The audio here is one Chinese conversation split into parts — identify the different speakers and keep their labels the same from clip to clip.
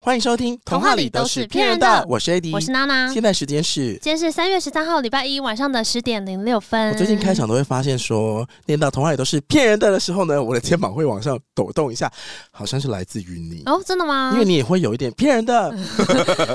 Speaker 1: 欢迎收听《
Speaker 2: 童话里都是骗人的
Speaker 1: 我是 AD，
Speaker 2: 我是娜娜。
Speaker 1: 现在时间是。
Speaker 2: 今天是三月十三号，礼拜一晚上的十点零六分。
Speaker 1: 我最近开场都会发现说，念到童话里都是骗人的的时候呢，我的肩膀会往上抖动一下，好像是来自于你，
Speaker 2: 哦，真的吗？
Speaker 1: 因为你也会有一点骗人的，
Speaker 2: 嗯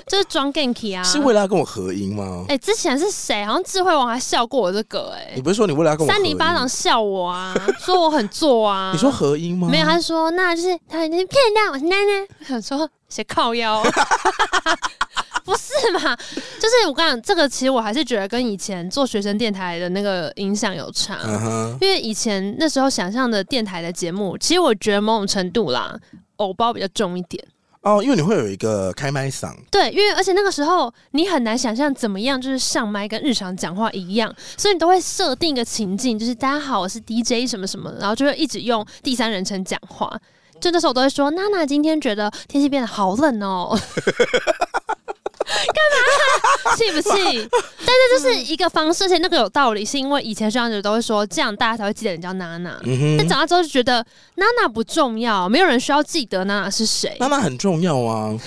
Speaker 2: 就是装 ganky 啊，
Speaker 1: 是为了要跟我合音吗？
Speaker 2: 哎、之前是谁？好像智慧王还笑过我这个哎、
Speaker 1: 你不是说你为了要跟我合
Speaker 2: 三
Speaker 1: 音
Speaker 2: 零巴掌笑我啊，说我很做啊。
Speaker 1: 你说合音吗？
Speaker 2: 没有？他说那就是他已经骗到我是奶奶，我想说写靠腰。 不是嘛？就是我跟你讲，这个其实我还是觉得跟以前做学生电台的那个影响有差。
Speaker 1: 嗯哼，
Speaker 2: 因为以前那时候想象的电台的节目，其实我觉得某种程度啦，偶包比较重一点。
Speaker 1: 哦，因为你会有一个开麦嗓，
Speaker 2: 对，因为而且那个时候你很难想象怎么样，就是上麦跟日常讲话一样，所以你都会设定一个情境，就是大家好，我是 DJ 什么什么，然后就会一直用第三人称讲话。就那时候我都会说，娜娜今天觉得天气变得好冷哦。 干嘛？气不气？但是就是一个方式，而且那个有道理，是因为以前学长姐都会说，这样大家才会记得你叫娜娜。
Speaker 1: 嗯
Speaker 2: 但
Speaker 1: 哼，
Speaker 2: 长大之后就觉得娜娜不重要，没有人需要记得娜娜是谁。
Speaker 1: 妈妈很重要啊。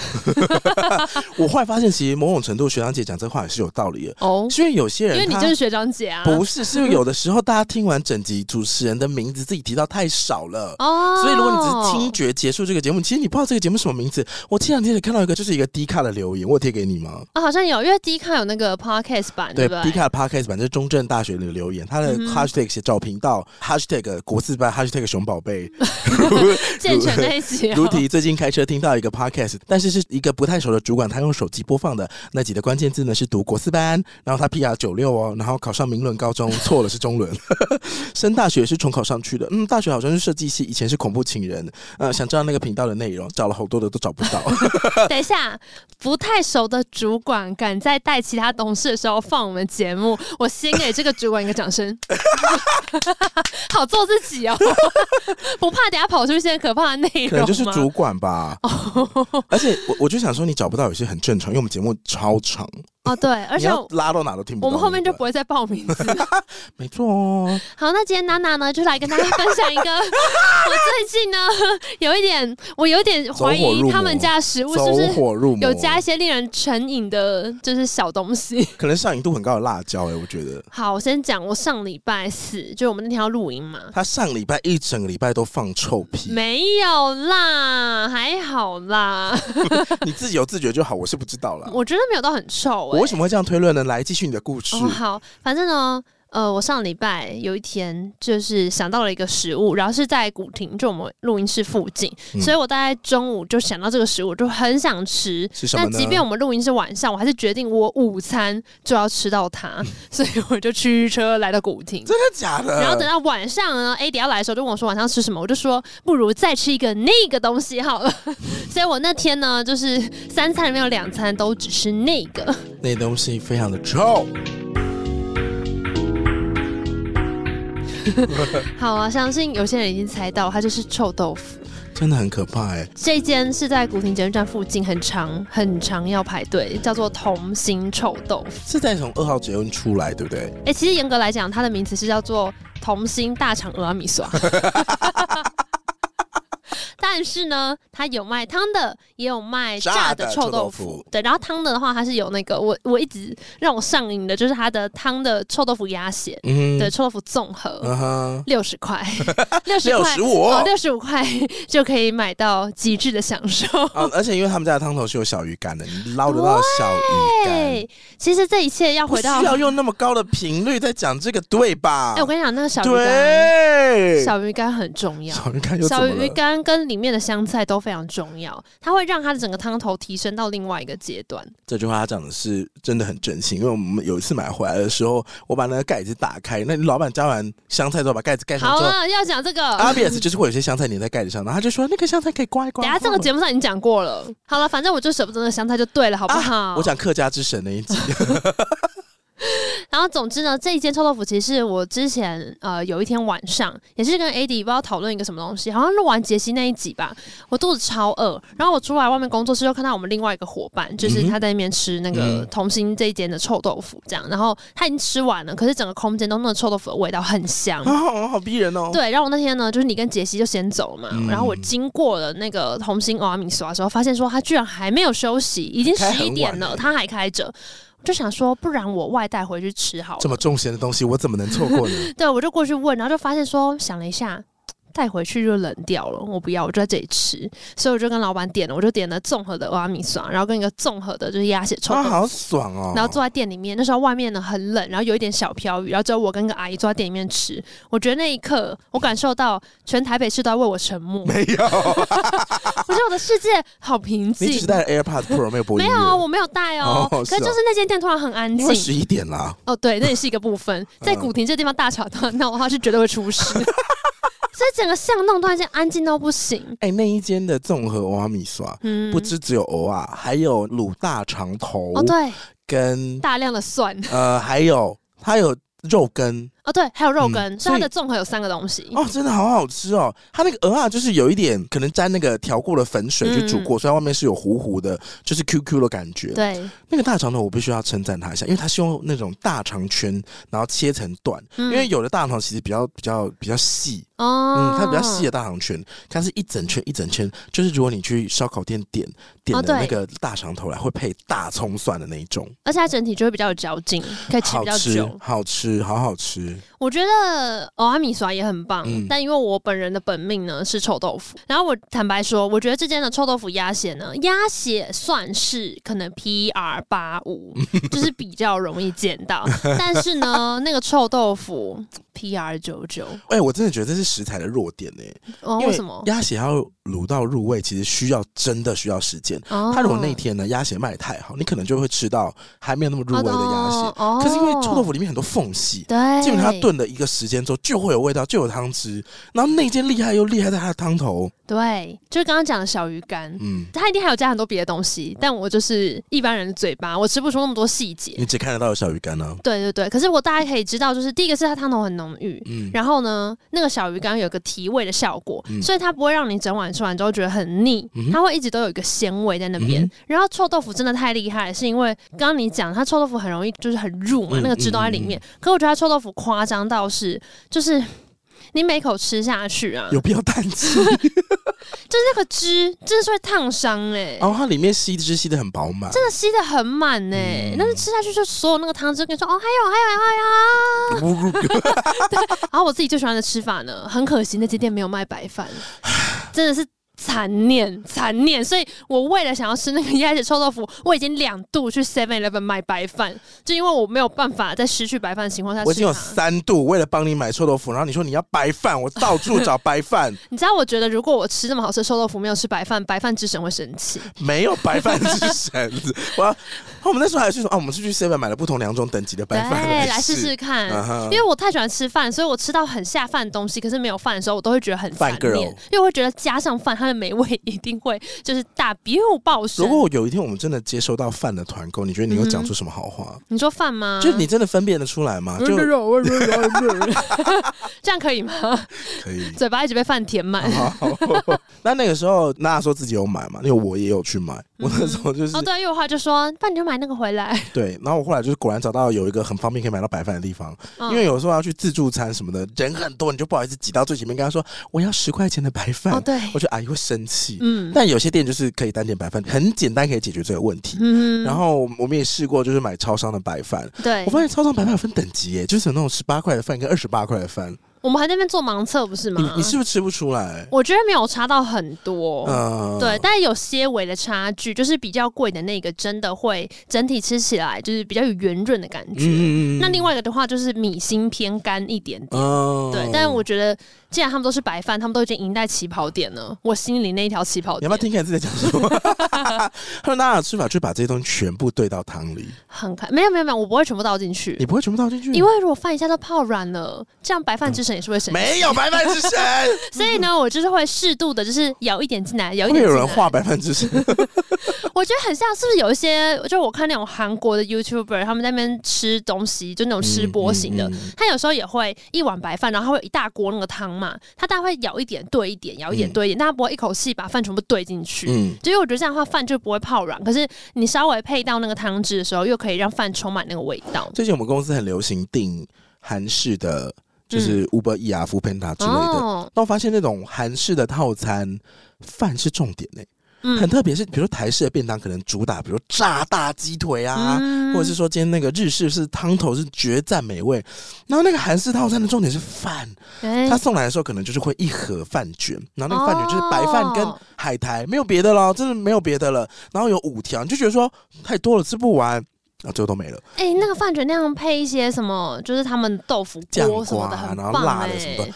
Speaker 1: 我后来发现，其实某种程度，学长姐讲这话也是有道理的，
Speaker 2: 哦，
Speaker 1: 因为有些
Speaker 2: 因
Speaker 1: 人
Speaker 2: 为你
Speaker 1: 他
Speaker 2: 就是学长姐啊。
Speaker 1: 不是，是有的时候大家听完整集主持人的名字，自己提到太少了。
Speaker 2: 哦，
Speaker 1: 所以，如果你只是听觉结束这个节目，其实你不知道这个节目什么名字。我前两天也看到一个，就是一个低卡的留言，我有贴给你吗？
Speaker 2: 啊、好像有，因为 D 卡有那个 podcast 版，
Speaker 1: 对
Speaker 2: 不对？嗯
Speaker 1: 低卡的 podcast 版就是中正大学的留言，他的 hashtag 写找频道、hashtag 呃国字班 hashtag 熊宝贝。
Speaker 2: 健全那一集、
Speaker 1: 如
Speaker 2: 哦。
Speaker 1: 题最近开车听到一个 podcast，但是是一个不太熟的主管，他用手机播放的那集的关键字呢是读国四班，然后他 PR 九六哦，然后考上明伦高中，错了是中伦， 升大学是重考上去的，嗯，大学好像是设计系，以前是恐怖情人，呃，想知道那个频道的内容，找了好多的都找不 到，
Speaker 2: 等一下，不太熟的主管敢在带其他同事的时候放我们节目，我先给这个主管一个 掌声。好做自己哦， 不怕等下跑出一些可怕的内
Speaker 1: 可能
Speaker 2: 容吗？哦
Speaker 1: 就是主管吧。而且我我就想说，你找不到也是很正常，因为我们节目超长，
Speaker 2: 哦，对，而
Speaker 1: 你
Speaker 2: 且
Speaker 1: 要
Speaker 2: 我
Speaker 1: 拉到哪都听不到。
Speaker 2: 我们后面就
Speaker 1: 对
Speaker 2: 不会再报名字。
Speaker 1: 对没错哦。
Speaker 2: 好，那今天娜娜呢，就来跟大家分享一 个，我最近呢有一点，我有一点怀
Speaker 1: 走火入
Speaker 2: 疑
Speaker 1: 魔
Speaker 2: 他们家的食物是
Speaker 1: 走
Speaker 2: 不是
Speaker 1: 火入魔，
Speaker 2: 有加一些令人成瘾的，就是小东西。
Speaker 1: 可能上瘾度很高的辣椒哎、我觉得。
Speaker 2: 好，我先讲，我上礼拜四，就我们那天要录音嘛，
Speaker 1: 他上礼拜一整个礼拜都放臭屁，
Speaker 2: 没有啦，还好啦，
Speaker 1: 你自己有自觉就好，我是不知道啦。
Speaker 2: 我觉得没有到很臭、欸。
Speaker 1: 我为什么会这样推论呢？来，继续你的故事。
Speaker 2: 哦，好，反正呢，呃，我上礼拜有一天就是想到了一个食物，然后是在古亭，就我们录音室附近，
Speaker 1: 嗯
Speaker 2: 所以我大概中午就想到这个食物，就很想吃。
Speaker 1: 是什么
Speaker 2: 但
Speaker 1: 呢？
Speaker 2: 即便我们录音是晚上，我还是决定我午餐就要吃到它，
Speaker 1: 嗯
Speaker 2: 所以我就驱车来到古亭。
Speaker 1: 真的假的？
Speaker 2: 然后等到晚上呢，A 迪要来的时候就问我说晚上吃什么，我就说不如再吃一个那个东西好了。 所以我那天呢，就是三餐里面有两餐都只吃那个。
Speaker 1: 那东西非常的臭，
Speaker 2: 好啊，相信有些人已经猜到，它就是臭豆腐。
Speaker 1: 真的很可怕哎、
Speaker 2: 这间是在古亭捷运站附近，很长很长要排队，叫做同心臭豆 腐。
Speaker 1: 是在从二号捷运出来，对不对？
Speaker 2: 哎、其实严格来讲，它的名字是叫做同心大肠俄阿米 刷。但是呢，它有卖汤的，也有卖炸的
Speaker 1: 炸的臭
Speaker 2: 臭豆
Speaker 1: 豆
Speaker 2: 腐
Speaker 1: 腐。
Speaker 2: 对，然后汤的的话，它是有那个我我一直让我上瘾的，就是它的汤的臭豆腐鸭血，
Speaker 1: 嗯，
Speaker 2: 对，，臭哦豆腐综合
Speaker 1: 嗯哼，
Speaker 2: 六 十块，六十
Speaker 1: 六
Speaker 2: 块
Speaker 1: 十。五。
Speaker 2: 哦，六十五块就可以买到极致的享受。
Speaker 1: 啊，而且因为他们家的汤头是有小鱼干的，你捞得到小鱼干，
Speaker 2: 对，其实这一切要
Speaker 1: 不
Speaker 2: 回
Speaker 1: 需
Speaker 2: 到，
Speaker 1: 要用那么高的频率在讲这个，对吧？
Speaker 2: 哎，我跟你讲，那个小鱼干，
Speaker 1: 对，
Speaker 2: 小鱼干很重要。
Speaker 1: 小鱼干 又怎
Speaker 2: 小
Speaker 1: 么了
Speaker 2: 鱼干跟里面的香菜都非常重要，它会让它的整个汤头提升到另外一个阶段。
Speaker 1: 这句话他讲的是真的很真心，因为我们有一次买回来的时候，我把那个盖子打开，那老板加完香菜之后把盖子盖上
Speaker 2: 好啊
Speaker 1: 之后
Speaker 2: 了，要讲这个，
Speaker 1: ，obvious 就是会有些香菜粘在盖子上，然后他就说那个香菜可以刮一刮。
Speaker 2: 等一下这个节目上已经讲过了。好了，
Speaker 1: 啊
Speaker 2: 反啊正我就舍不得那个香菜就对了，好不好？
Speaker 1: 我讲客家之神那一集，
Speaker 2: 然然后总之呢，这一间臭豆腐其实是我之前呃有一天晚上也是跟 AD 不知道讨论一个什么东西，好像录完杰西那一集吧，我肚子超饿，然后我出来外面工作室又看到我们另外一个伙伴，就是他在那边吃那
Speaker 1: 嗯
Speaker 2: 个
Speaker 1: 哼
Speaker 2: 同心这一间的臭豆腐，这样，然后他已经吃完了，可是整个空间都那个臭豆腐的味道很香。
Speaker 1: 啊，好好逼人哦。
Speaker 2: 对，然后我那天呢，就是你跟杰西就先走了嘛，
Speaker 1: 嗯
Speaker 2: 然后我经过了那个红星欧阿米索的时候，发现说他居然还没有休息，已经
Speaker 1: 开
Speaker 2: 十
Speaker 1: 很
Speaker 2: 一点
Speaker 1: 晚欸
Speaker 2: 了，他还开着。我就想说，不然我外带回去吃好
Speaker 1: 这
Speaker 2: 了。
Speaker 1: 么重咸的东西，我怎么能错过呢？
Speaker 2: 对，我就过去问，然后就发现说，想了一下，带回去就冷掉了，我不要，我就在这里吃。所以我就跟老板点了，我就点了综合的欧阿米索，然后跟一个综合的就是鸭血臭
Speaker 1: 啊，
Speaker 2: 豆腐
Speaker 1: 好爽哦！
Speaker 2: 然后坐在店里面，那时候外面呢很冷，然后有一点小飘雨，然后只有我跟个阿姨坐在店里面吃。我觉得那一刻，我感受到全台北市都在为我沉默，
Speaker 1: 没 有，
Speaker 2: 我觉得我的世界好平
Speaker 1: 你只是
Speaker 2: 静。
Speaker 1: 带了 AirPods Pro 没有播
Speaker 2: 没
Speaker 1: 音乐，
Speaker 2: 有啊，我没有带哦。
Speaker 1: 哦
Speaker 2: 可是
Speaker 1: 是
Speaker 2: 就
Speaker 1: 哦
Speaker 2: 是那间店突然很安
Speaker 1: 因为
Speaker 2: 静
Speaker 1: 十一点啦。
Speaker 2: 哦，对，那也是一个 部分。在古亭这地方大吵大闹的话，是绝对会出事。所以整个巷弄突然间安静到不行。
Speaker 1: 哎、那一间的综合欧阿米刷，
Speaker 2: 嗯
Speaker 1: 不只只有欧啊，还有卤大肠头
Speaker 2: 哦，对，
Speaker 1: 跟、
Speaker 2: 大量的蒜
Speaker 1: 呃，还有它有肉羹
Speaker 2: 哦，对，还有肉
Speaker 1: 嗯
Speaker 2: 羹，所
Speaker 1: 所
Speaker 2: 以它
Speaker 1: 以
Speaker 2: 的综合有三个东西。
Speaker 1: 哦，真的好好吃哦。它那个鹅啊，就是有一点可能沾那个调过的粉水去煮过，所以它外面是有糊糊的，就是 QQ 的感觉。
Speaker 2: 嗯对，
Speaker 1: 那个大肠头我必须要称赞它一下，因为它是用那种大肠圈，然后切成段，
Speaker 2: 因
Speaker 1: 因为有的大肠其实比较比较比较细，
Speaker 2: 嗯哦
Speaker 1: 嗯，，它比较细的大肠圈，它是一整圈一整圈，就是如果你去烧烤店点点
Speaker 2: 哦
Speaker 1: 的
Speaker 2: 对
Speaker 1: 那个大肠头来，会配大葱蒜的那一种，
Speaker 2: 而且它整体就会比较有嚼劲，可以吃
Speaker 1: 好
Speaker 2: 比较
Speaker 1: 吃
Speaker 2: 久。，
Speaker 1: 好吃，好好吃。
Speaker 2: 我觉得欧阿米耍也很棒，
Speaker 1: 嗯
Speaker 2: 但因为我本人的本命呢是臭豆腐，然后我坦白说，我觉得这间的臭豆腐鸭血呢，鸭血算是可能 PR 八 五，就是比较容易见到，但是呢，那个臭豆腐 PR 九九，
Speaker 1: 哎、我真的觉得这是食材的弱点呢、欸
Speaker 2: 哦，
Speaker 1: 因
Speaker 2: 为什么？
Speaker 1: 鸭血要卤到入味，其实需要真的需要时间。
Speaker 2: 哦
Speaker 1: 它如果那一天呢鸭血卖得太好，你可能就会吃到还没有那么入味的鸭血。，
Speaker 2: 哦
Speaker 1: 可是因为臭豆
Speaker 2: 腐
Speaker 1: 腐里面很多缝隙，
Speaker 2: 对，
Speaker 1: 基本上它炖了一个时间之后就会有味道，就有汤汁。然后那间厉害又厉害在它的汤头，
Speaker 2: 对，就是刚刚讲的小鱼干，
Speaker 1: 嗯，
Speaker 2: 它一定还有加很多别的东西，但我就是一般人的嘴巴，我吃不出那么多细节。
Speaker 1: 你只看得到有小鱼干啊呢、
Speaker 2: 对对对，可是我大概可以知道，就是第一个是它汤头很浓郁，
Speaker 1: 嗯，
Speaker 2: 然后呢，那个小鱼干有个提味的效果，
Speaker 1: 嗯
Speaker 2: 所以它不会让你整碗吃完之后觉得很腻，
Speaker 1: 嗯哼
Speaker 2: 它会一直都有一个鲜味在那边。
Speaker 1: 嗯
Speaker 2: 然后臭豆腐真的太厉害了，是因为刚刚你讲它臭豆腐很容易就是很入嘛，
Speaker 1: 嗯
Speaker 2: 那个汁都在里面。可我觉得它臭豆腐夸张到是就是。你每口吃下去啊，
Speaker 1: 有必要 淡季。
Speaker 2: 就是那个汁，真的是会烫伤哎、
Speaker 1: 然后它里面吸汁吸的很饱满，
Speaker 2: 真的吸的很满呢、
Speaker 1: 嗯
Speaker 2: 但是吃下去就所有那个汤汁跟你说哦，还有还有还有
Speaker 1: 呜呜
Speaker 2: 啊！然后我自己最喜欢的吃法呢，很可惜那间店没有卖白饭， 真的是。残念，残念！所以我为了想要吃那个鸭血臭豆腐，我已经两度去 Seven Eleven 买白饭，就因为我没有办法在失去白饭的情况下
Speaker 1: 我已
Speaker 2: 吃
Speaker 1: 经有
Speaker 2: 它。
Speaker 1: 三度为了帮你买臭豆腐，然后你说你要白饭，我到处找白饭，
Speaker 2: 你知道，我觉得如果我吃这么好吃的臭豆腐，没有吃白饭，白饭之神会生气。
Speaker 1: 没有白饭是神子。 我要，我们那时候还去说啊，我们是去 seven 买了不同两种等级的白饭
Speaker 2: 对，来
Speaker 1: 试
Speaker 2: 试试看。
Speaker 1: 啊哈
Speaker 2: 因为我太喜欢吃饭，所以我吃到很下饭的东西，可是没有饭的时候，我都会觉得很
Speaker 1: 饭
Speaker 2: 残念
Speaker 1: girl
Speaker 2: 因为我会觉得加上饭，它的美味一定会就是大 b 爆升
Speaker 1: 如。果有一天我们真的接收到饭的团购，你觉得你会讲出什么好话？
Speaker 2: 你说饭吗？
Speaker 1: 就你真的分辨得出来吗？啊
Speaker 2: 嗯
Speaker 1: 就
Speaker 2: 这样可以吗？
Speaker 1: 可以。
Speaker 2: 嘴巴一直被饭填满。
Speaker 1: 好， 那那个时候，娜说自己有买嘛，因为我也有去买。我那时候就是、
Speaker 2: 哦，对，因为我后来就说，不然你就买那个回来，
Speaker 1: 对，然后我后来就是果然找到有一个很方便可以买到白饭的地方，
Speaker 2: 嗯
Speaker 1: 因为有时候要去自助餐什么的，人很多，你就不好意思挤到最前面，跟他说我要十块钱的白饭，
Speaker 2: 哦对，
Speaker 1: 我觉得阿姨会生气。
Speaker 2: 嗯
Speaker 1: 但有些店就是可以单点白饭，很简单可以解决这个问题。
Speaker 2: 嗯，
Speaker 1: 然后我们也试过，就是买超商的白饭，
Speaker 2: 对
Speaker 1: 我，发现超商白饭有分等级耶，就是有那种十八块的饭跟二十八块的饭，
Speaker 2: 我们还在那边做盲测，不是
Speaker 1: 你
Speaker 2: 吗？
Speaker 1: 你是不是吃不出来？
Speaker 2: 我觉得没有差到很多。
Speaker 1: 嗯，
Speaker 2: 对，但有些微的差距，就是比较贵的那个真的会整体吃起来就是比较有圆润的感觉。
Speaker 1: 嗯
Speaker 2: 那另外一个的话就是米心偏干一点点。
Speaker 1: 嗯
Speaker 2: 对，但我觉得既然他们都是白饭，他们都已经赢在起跑点了，我心里那一条起跑
Speaker 1: 你要
Speaker 2: 点
Speaker 1: 不要听看自己在讲什 么？他们大家的吃法就是把这些东西全部兑到汤里，
Speaker 2: 很开。没有没有没有，我不会全部倒进去
Speaker 1: 你，不会全部倒进去，
Speaker 2: 因为如果饭一下都泡软了，这样白饭之神也是会生气。
Speaker 1: 没有白饭 之神，
Speaker 2: 所以呢，我就是会适度的，就是舀一点进来，舀
Speaker 1: 会
Speaker 2: 一
Speaker 1: 不会
Speaker 2: 点
Speaker 1: 有
Speaker 2: 进
Speaker 1: 人
Speaker 2: 来。
Speaker 1: 画白饭之神？
Speaker 2: 我觉得很像，是不是有一些？就我看那种韩国的 YouTuber，他们在那边吃东西，就那种 吃播型的，
Speaker 1: 嗯嗯嗯
Speaker 2: 他有时候也会一碗白饭，然后他会有一大锅那个汤嘛，他大概会舀一点兑一点，舀一点
Speaker 1: 嗯
Speaker 2: 兑一点，但他不会一口气把饭全部兑进去。
Speaker 1: 嗯，
Speaker 2: 就因为我觉得这样的话，饭就不会泡软。可是你稍微配到那个汤汁的时候，又可以让饭充满那个味道。
Speaker 1: 最近我们公司很流行订韩式的，就是 Uber E 啊、f o o Panda 之类的。
Speaker 2: 嗯哦，
Speaker 1: 那我发现那种韩式的套餐，饭是重点呢、欸很
Speaker 2: 嗯，
Speaker 1: 特别是，比如说台式的便当可能主打，比如炸大鸡腿啊，
Speaker 2: 嗯
Speaker 1: 或者是说今天那个日式是汤头是绝赞美味，然后那个韩式套餐的重点是饭，
Speaker 2: 哎
Speaker 1: 他送来的时候可能就是会一盒饭卷，然后那个饭卷就是白饭跟
Speaker 2: 哦
Speaker 1: 海苔，没有别的了，真的没有别的了。然后有五条，你就觉得说太多了，吃不完，啊，最后都没了。
Speaker 2: 哎、那个饭卷那样配一些什么，就是他们豆腐
Speaker 1: 酱
Speaker 2: 锅什么的，
Speaker 1: 瓜啊
Speaker 2: 很
Speaker 1: 然后
Speaker 2: 棒
Speaker 1: 辣
Speaker 2: 哎、
Speaker 1: 的什么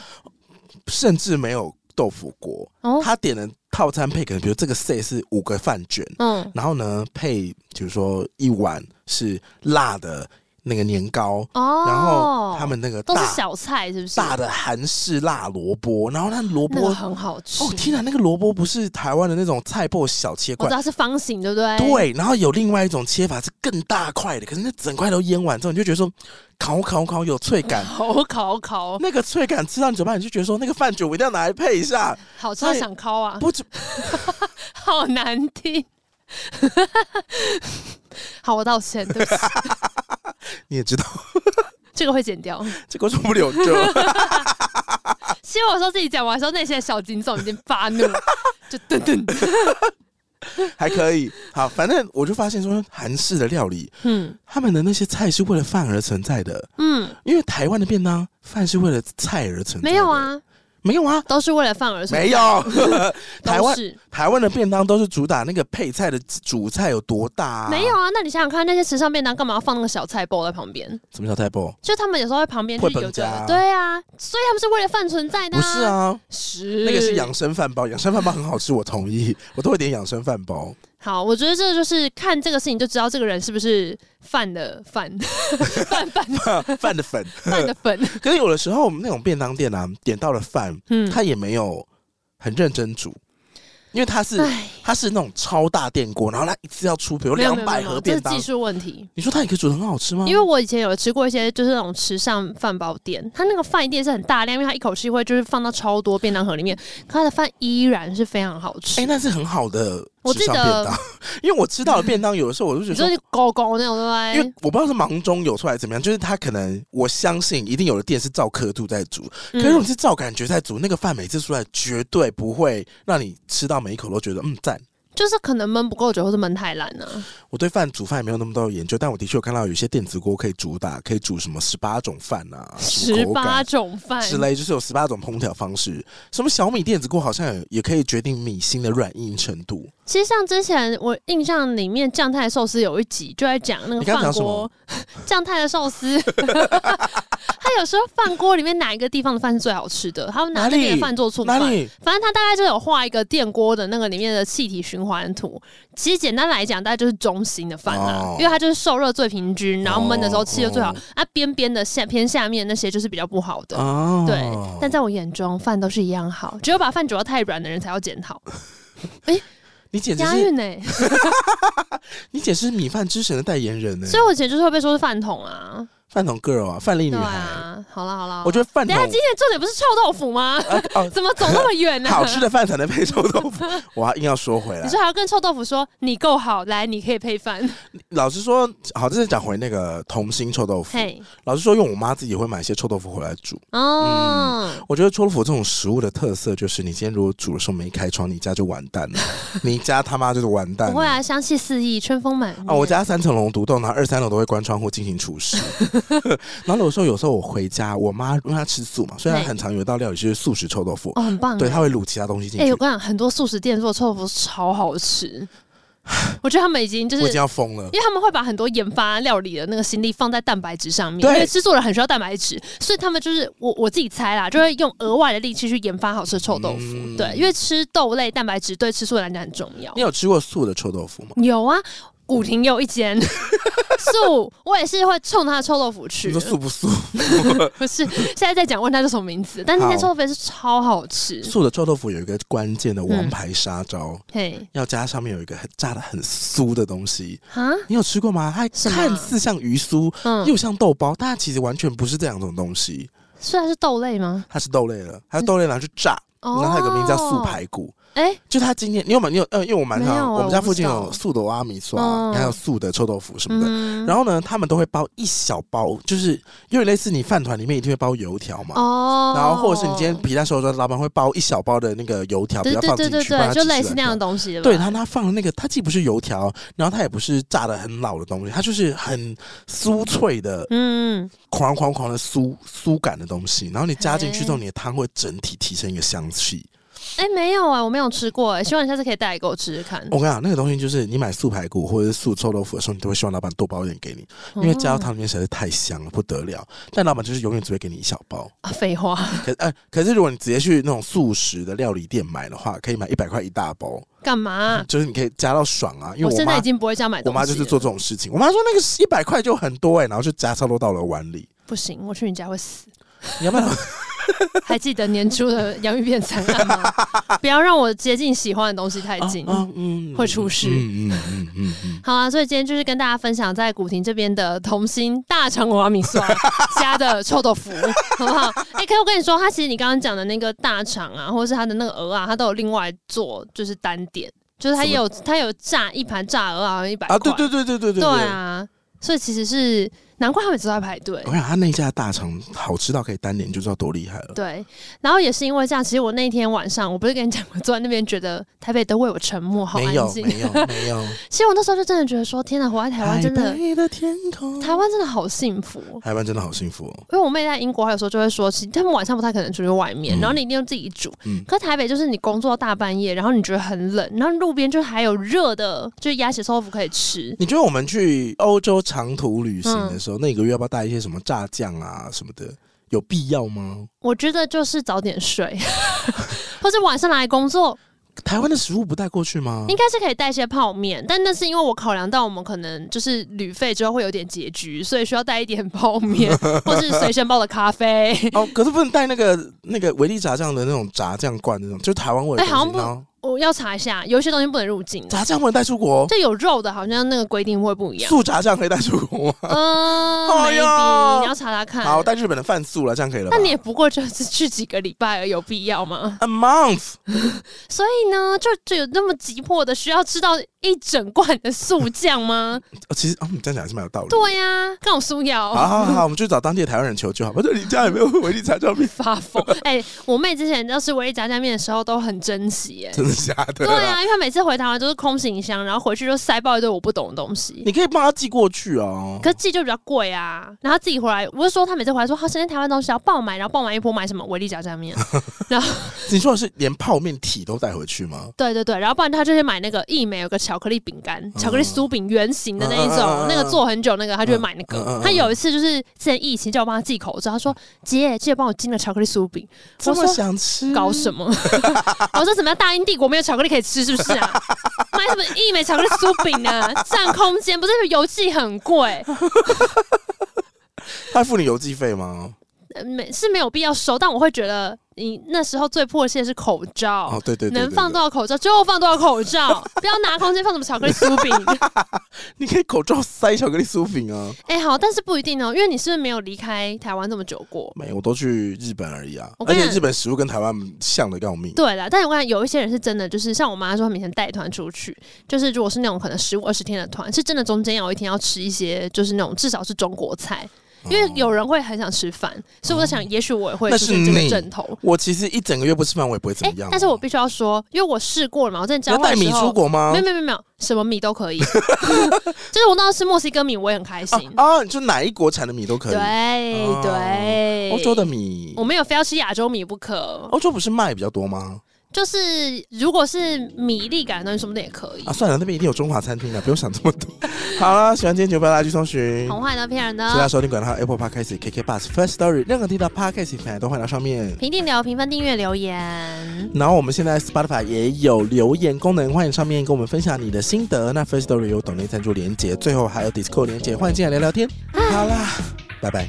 Speaker 1: 甚至没有豆腐锅。
Speaker 2: 哦，
Speaker 1: 他点的套餐配可能比如这个 set 是五个饭卷，
Speaker 2: 嗯，
Speaker 1: 然后呢配比如说一碗是辣的那个年糕，
Speaker 2: 哦，
Speaker 1: 然后他们那个
Speaker 2: 都是
Speaker 1: 大
Speaker 2: 小菜，是不是？
Speaker 1: 大的韩式辣萝卜，然后那萝
Speaker 2: 那个
Speaker 1: 卜。
Speaker 2: 很好吃。
Speaker 1: 哦天哪，那个萝卜不是台湾的那种菜脯小切
Speaker 2: 我
Speaker 1: 块
Speaker 2: 知，道是哎方形，对不对？，，
Speaker 1: 对，然后有另外一种切法是更大块的，可是那整块都腌完之后，你就觉得说烤烤烤有脆感
Speaker 2: 好烤烤，
Speaker 1: 那个脆感吃到你嘴巴，你就觉得说那个饭卷我一定要拿来配一下，
Speaker 2: 好吃到想烤啊，
Speaker 1: 不止
Speaker 2: 好难听。 好，我道歉，对不起，
Speaker 1: 你也知道，这
Speaker 2: 这个会剪掉。
Speaker 1: 这个我不留着，
Speaker 2: 其实我说自己讲完的时候，那些小警总已经发怒，就噔 噔，
Speaker 1: 还可以。好，反正我就发现说韩式的料理，
Speaker 2: 嗯
Speaker 1: 他们的那些菜是为了饭而存在的，
Speaker 2: 嗯，
Speaker 1: 因为台湾的便当饭是为了菜而存在，
Speaker 2: 没有，啊，
Speaker 1: 没有啊。
Speaker 2: 都是为了饭而生，
Speaker 1: 没有，
Speaker 2: 都
Speaker 1: 台湾
Speaker 2: 是
Speaker 1: 台湾的便当都是主打那个配菜的主菜有多大、啊？
Speaker 2: 没有，啊。那你想想看，那些时尚便当干嘛要放那个小菜包在旁边？
Speaker 1: 什么叫菜包？
Speaker 2: 就他们有时候在旁边就
Speaker 1: 会
Speaker 2: 有
Speaker 1: 本
Speaker 2: 个
Speaker 1: 家啊
Speaker 2: 对啊，所以他们是为了饭存在的、嗯
Speaker 1: 不是，啊，
Speaker 2: 是
Speaker 1: 那个是养生饭包，养生饭包很好吃，我同意，我都会点养生饭包。
Speaker 2: 好，我觉得这就是看这个事情就知道这个人是不是犯了 犯犯犯
Speaker 1: 饭的粉，
Speaker 2: 犯的粉。
Speaker 1: 可是有的时候我们那种便当店啊，点到了饭，
Speaker 2: 嗯，
Speaker 1: 他也没有很认真煮，因为他是
Speaker 2: 唉，
Speaker 1: 他是那种超大电锅，然后他一次要出比如
Speaker 2: 没有
Speaker 1: 两
Speaker 2: 没有
Speaker 1: 百
Speaker 2: 没有
Speaker 1: 盒
Speaker 2: 这
Speaker 1: 便
Speaker 2: 是
Speaker 1: 当嗯
Speaker 2: 技，术问题。
Speaker 1: 你说他也可以煮的很好吃吗？
Speaker 2: 因为我以前有吃过一些就是那种时尚饭包店，它那个饭一定是很大量，因为它一口气会就是放到超多便当盒里面，可它的饭依然是非常好吃。
Speaker 1: 哎、那是很好的
Speaker 2: 我
Speaker 1: 时
Speaker 2: 记
Speaker 1: 尚
Speaker 2: 得
Speaker 1: 便当， 因为我吃到了便当，有的时候我就觉
Speaker 2: 你
Speaker 1: 得
Speaker 2: 说
Speaker 1: 说。
Speaker 2: 你狗狗那种
Speaker 1: 因
Speaker 2: 对
Speaker 1: 为我不知道是忙中有出来怎么样，就是他可能我相信一定有的店是照刻度在煮，
Speaker 2: 不
Speaker 1: 可
Speaker 2: 对？
Speaker 1: 是如
Speaker 2: 嗯
Speaker 1: 果你是照感觉在煮，那个饭每次出来绝对不会让你吃到每一口都觉得嗯赞。
Speaker 2: 就是可能焖不够久，或者焖太烂啊了、
Speaker 1: 我对饭煮饭也没有那么多的研究，但我的确有看到有些电子锅可以主打，可以煮什么十八种饭啊，煮
Speaker 2: 十
Speaker 1: 口
Speaker 2: 八
Speaker 1: 感
Speaker 2: 种饭
Speaker 1: 之类，就是有十八种烹调方式。什么小米电子锅好像也也可以决定米心的软硬程度。
Speaker 2: 其实像之前我印象里面酱太寿司有一集就在讲那个
Speaker 1: 你刚刚讲
Speaker 2: 饭
Speaker 1: 什么
Speaker 2: 锅 酱太的寿司， 他有时候饭锅里面哪一个地方的饭是最好吃的，他们拿
Speaker 1: 哪
Speaker 2: 那边
Speaker 1: 里
Speaker 2: 的饭做醋
Speaker 1: 哪
Speaker 2: 饭。
Speaker 1: 里？
Speaker 2: 反正他大概就有画一个电锅的那个里面的气体循环图。其实简单来讲，大概就是中心的饭啦，
Speaker 1: 哦
Speaker 2: 因为它就是受热最平均，然后焖的时候气就最好。
Speaker 1: 哦
Speaker 2: 啊，边边的下偏下面那些就是比较不好的。
Speaker 1: 哦，
Speaker 2: 对，但在我眼中，饭都是一样好，只有把饭煮到太软的人才要检讨。
Speaker 1: 你简直
Speaker 2: 押
Speaker 1: 是
Speaker 2: 韵呢、欸
Speaker 1: 你简直是米饭之神的代言人呢、
Speaker 2: 所以我以前就是会被说是饭桶啊，
Speaker 1: 饭桶 girl 啊，饭粒女
Speaker 2: 对
Speaker 1: 孩。
Speaker 2: 啊，好啦好啦，
Speaker 1: 我觉
Speaker 2: 得
Speaker 1: 得饭
Speaker 2: 等
Speaker 1: 桶
Speaker 2: 一下今天的重点不是臭豆 腐吗？
Speaker 1: 啊 哦，
Speaker 2: 怎么走那么远呢、
Speaker 1: 好吃的饭才能配臭豆 腐。我还硬要说回来
Speaker 2: 你，说还要跟臭豆腐说你够好，来你可以配 饭，
Speaker 1: 老实说，好，这是讲回那个童心臭豆腐。
Speaker 2: 嘿，
Speaker 1: 老实说，用我妈自己也会买一些臭豆腐回来煮。
Speaker 2: 哦，
Speaker 1: 我觉得臭豆腐这种食物的特色就是，你今天如果煮的时候没开窗，你家就完蛋了，你家他妈就是完蛋
Speaker 2: 不会
Speaker 1: 了。
Speaker 2: 啊，香气四溢，春风满面
Speaker 1: 嗯啊，我家三层楼独栋，然后二三楼都会关窗户进行厨师。 然后有时候，有时候我回家，我妈因为她吃素嘛，所以她
Speaker 2: 对
Speaker 1: 很常有一道料理就是素食臭豆腐，
Speaker 2: 哦，很棒。
Speaker 1: 对，她会卤其他东西进
Speaker 2: 哎、
Speaker 1: 去
Speaker 2: 我。跟你讲，很多素食店做臭豆腐超好吃，我觉得他们已经就是
Speaker 1: 我已经要疯了。
Speaker 2: 因为他们会把很多研发料理的那个心力放在蛋白质上面，因
Speaker 1: 对
Speaker 2: 为制作人很需要蛋白质，所以他们就是我我自己猜啦，就会用额外的力气去研发好吃的臭豆腐。
Speaker 1: 嗯
Speaker 2: 对，因为吃豆类蛋白质对吃素人来讲很重要
Speaker 1: 你。有吃过素的臭豆腐吗？
Speaker 2: 有啊，古亭有一间素，我也是会冲他的臭豆腐去
Speaker 1: 你
Speaker 2: 的
Speaker 1: 说。素不素？
Speaker 2: 不是，现在在讲问他叫什么名字，但是那
Speaker 1: 好
Speaker 2: 间臭豆腐也是超好吃。
Speaker 1: 素的臭豆腐有一个关键
Speaker 2: 嗯
Speaker 1: 的王牌杀招，
Speaker 2: 嘿，
Speaker 1: 要加上面有一个很炸的很酥的东西，
Speaker 2: 啊，
Speaker 1: 你有吃过吗？它
Speaker 2: 什么啊
Speaker 1: 看似像鱼酥，
Speaker 2: 嗯，
Speaker 1: 又像豆包，但它其实完全不是这两种东西，
Speaker 2: 虽然是豆类吗？
Speaker 1: 它是豆类了，它是豆类拿去炸，
Speaker 2: 哦，
Speaker 1: 然后它有个名字叫素，排骨。
Speaker 2: 哎，
Speaker 1: 就它今天，你有买？你有？呃，因为我蛮
Speaker 2: 没有
Speaker 1: 常，
Speaker 2: 啊
Speaker 1: 我们家
Speaker 2: 我不
Speaker 1: 附近
Speaker 2: 知道
Speaker 1: 有素的阿米索
Speaker 2: 嗯
Speaker 1: 啊，还有素的臭豆腐什么的。
Speaker 2: 嗯，
Speaker 1: 然后呢，他们都会包一小包，就是有点类似你饭团里面一定会包油条嘛。
Speaker 2: 哦，
Speaker 1: 然后或者是你今天皮蛋瘦肉，老板会包一小包的那个油啊条，不
Speaker 2: 对
Speaker 1: 要
Speaker 2: 对
Speaker 1: 放进
Speaker 2: 对对
Speaker 1: 去，帮
Speaker 2: 对，
Speaker 1: 它
Speaker 2: 就
Speaker 1: 起
Speaker 2: 类
Speaker 1: 起
Speaker 2: 似
Speaker 1: 来
Speaker 2: 那样的东西了吧，
Speaker 1: 对他，他放的那个，它既不是油条，然后它也不是炸的很老的东西，它就是很酥脆的，
Speaker 2: 嗯，嗯，
Speaker 1: 狂狂狂的酥酥感的东西。然后你加进去之后，你的汤会整体提升一个香气。
Speaker 2: 哎，没有啊，我没有吃过，哎，希望你下次可以带来给我吃吃看。
Speaker 1: 我跟你讲，那个东西就是你买素排骨或者是素臭豆腐的时候，你都会希望老板多包一点给你，因为加到
Speaker 2: 哦
Speaker 1: 汤里面实在是太香了，不得了。但老板就是永远只会给你一小包。
Speaker 2: 啊废话，
Speaker 1: 可呃，可是如果你直接去那种素食的料理店买的话，可以买一百块一大包，
Speaker 2: 干嘛？啊
Speaker 1: 就是你可以加到爽啊。 因为我
Speaker 2: 现在
Speaker 1: 妈
Speaker 2: 已经不会这样买
Speaker 1: 我
Speaker 2: 东西了。
Speaker 1: 妈就是做这种事情，我妈说那个一百块就很多哎、然后就加差不多到了碗里。
Speaker 2: 不行，我去你家会死。
Speaker 1: 你 要不要？
Speaker 2: 还记得年初的 洋芋片惨案吗？不要让我接近喜欢的东西太 近。
Speaker 1: 啊啊嗯
Speaker 2: 会出事
Speaker 1: 嗯嗯嗯嗯嗯，
Speaker 2: 好啊，所以今天就是跟大家分享在古亭这边的同心大肠娃娃米刷家的臭豆腐， 好不好？哎、可是我跟你说，它其实你刚刚讲的那个大肠啊，或者是它的那个鹅啊，它都有另外做，就是单点，就是它也有它有炸一盘炸鹅啊，一百
Speaker 1: 啊，对对对对对对
Speaker 2: 对啊，所以其实是难怪他们一直都在排队
Speaker 1: 我。想他那家大肠好吃到可以单点，就知道多厉害了。
Speaker 2: 对，然后也是因为这样，其实我那天晚上，我不是跟你讲，我坐在那边觉得台北都为我沉默，好
Speaker 1: 没
Speaker 2: 安
Speaker 1: 有
Speaker 2: 静。
Speaker 1: 没 有没有，
Speaker 2: 其实我那时候就真的觉得说，天哪，活在台湾真的，
Speaker 1: 北的天空，
Speaker 2: 台湾真的好幸福哦。
Speaker 1: 台湾真的好幸福哦。
Speaker 2: 因为我妹在英国，还有时候就会说，其实他们晚上不太可能出去外面，
Speaker 1: 嗯
Speaker 2: 然后你一定要自己煮。
Speaker 1: 嗯
Speaker 2: 可是台北就是你工作到大半夜，然后你觉得很冷，然后路边就还有热的，就是鸭血臭豆腐可以吃。
Speaker 1: 你觉得我们去欧洲长途旅行的时候，那个月要不要带一些什么炸酱啊什么的？有必要吗？
Speaker 2: 我觉得就是早点睡， 或者晚上拿来工作，
Speaker 1: 台湾的食物不带过去吗
Speaker 2: 应？该是可以带一些泡面，但那是因为我考量到我们可能就是旅费之后会有点拮据，所以需要带一点泡面或是随身包的咖啡。
Speaker 1: 哦，可是不能带那个那个维力炸酱的那种炸酱罐那种，就台湾味的
Speaker 2: 哎好像
Speaker 1: 东西。
Speaker 2: 不
Speaker 1: 然后
Speaker 2: 我要查一下，有一些东西不能入境的，
Speaker 1: 炸酱不能带出国，哦
Speaker 2: 就有肉的，好像那个规定会不一样。
Speaker 1: 素炸酱可以带出国吗？
Speaker 2: 嗯、
Speaker 1: 哎
Speaker 2: m a y
Speaker 1: 呦
Speaker 2: b e 你要查查看。
Speaker 1: 好，带日本的饭素了，这样可以了吧
Speaker 2: 那你也不过就是去几个礼拜而已有必要吗？
Speaker 1: ？A month，
Speaker 2: 所以呢，就就有那么急迫的需要吃到一整罐的素酱 吗？
Speaker 1: 哦其实哦，你这样讲还是蛮有道理。
Speaker 2: 对啊呀、刚好素瑶。
Speaker 1: 好好好好，我们去找当地的台湾人求救，好吧？这 你家有没有维力炸酱面？
Speaker 2: 发 疯。哎、我妹之前要吃维力炸酱面的时候都很珍惜、哎，
Speaker 1: 真的假的？
Speaker 2: 对啊，因为她每次回台湾都是空行李箱，然后回去就塞爆一堆我不懂的东西。
Speaker 1: 你可以帮他寄过去哦。
Speaker 2: 可是寄就比较贵啊，然后她自己回来，我是说她每次回来说，她今天台湾东西要爆买，然后爆买一波买什么维力炸酱面，
Speaker 1: 你说的是连泡面体都带回去吗？
Speaker 2: 对对对，然后不然她就会买那个益美有个巧克力饼干，巧克力酥饼圆形的那一种，
Speaker 1: 嗯嗯嗯嗯嗯
Speaker 2: 那个做很久那个，她就会买那
Speaker 1: 嗯嗯
Speaker 2: 个
Speaker 1: 嗯。嗯
Speaker 2: 她有一次就是之前疫情叫我帮她寄口罩，她说姐记得帮我进了巧克力酥饼，
Speaker 1: 这么
Speaker 2: 说
Speaker 1: 想吃，
Speaker 2: 搞什么？ 我说怎么样？大英帝国没有巧克力可以吃，是不是 啊？买什么一美巧克力酥饼啊？占空间，不是邮寄很贵，
Speaker 1: 他付你邮寄费吗？
Speaker 2: 呃没是没有必要收。但我会觉得，你那时候最迫切的是口罩，
Speaker 1: 哦，对对对对
Speaker 2: 能放
Speaker 1: 对
Speaker 2: 多少口罩就放多少口罩，不要拿空间放什么巧克力酥饼。
Speaker 1: 你可以口罩塞巧克力酥饼啊。
Speaker 2: 哎、好，但是不一定哦，因为你是不是没有离开台湾这么久过？
Speaker 1: 没，我都去日本而已啊。
Speaker 2: 我
Speaker 1: 而
Speaker 2: 跟你
Speaker 1: 且
Speaker 2: 讲
Speaker 1: 日本食物跟台湾像的要命。
Speaker 2: 对啦，但我看有一些人是真的，就是像我妈说，她每天带团出去，就是如果是那种可能十五二十天的团，是真的中间有一天要吃一些，就是那种至少是中国菜，因为
Speaker 1: 哦
Speaker 2: 有人会很想吃饭，所以我在想，也许我也会
Speaker 1: 那
Speaker 2: 出
Speaker 1: 是
Speaker 2: 现这个
Speaker 1: 你
Speaker 2: 阵头。
Speaker 1: 我其实一整个月不吃饭，我也不会怎
Speaker 2: 哎、
Speaker 1: 么样啊、
Speaker 2: 但是我必须要说，因为我试过了嘛，我在
Speaker 1: 你
Speaker 2: 交
Speaker 1: 要带
Speaker 2: 换的
Speaker 1: 米
Speaker 2: 时
Speaker 1: 出
Speaker 2: 候。
Speaker 1: 国吗
Speaker 2: 没有？没有没有没有，什么米都可以， 就是我那时候吃墨西哥米，我也很开心。
Speaker 1: 啊啊，你就哪一国产的米都可以。
Speaker 2: 对、
Speaker 1: 哦
Speaker 2: 对，
Speaker 1: 欧洲的米
Speaker 2: 我，没有非要吃亚洲米不可。
Speaker 1: 欧洲不是卖比较多吗？
Speaker 2: 就是如果是米粒感的东西，什么的也可以
Speaker 1: 啊，。算了，那边一定有中华餐厅的，不用想这么多。 好了，喜欢今天节目，不要拉去搜寻。
Speaker 2: 红坏呢，骗人
Speaker 1: 其他
Speaker 2: 的，哦
Speaker 1: 收听管道 Apple Podcast、KK Bus、First Story，任何地方 Podcast 平台都欢迎到上面。
Speaker 2: 评定聊、评分、订阅、留言。
Speaker 1: 然后我们现在 Spotify 也有留言功能，欢迎上面跟我们分享你的心得。那 First Story 有抖内赞助连接，最后还有 Discord 连接，欢迎进来聊聊天。好啦，拜拜。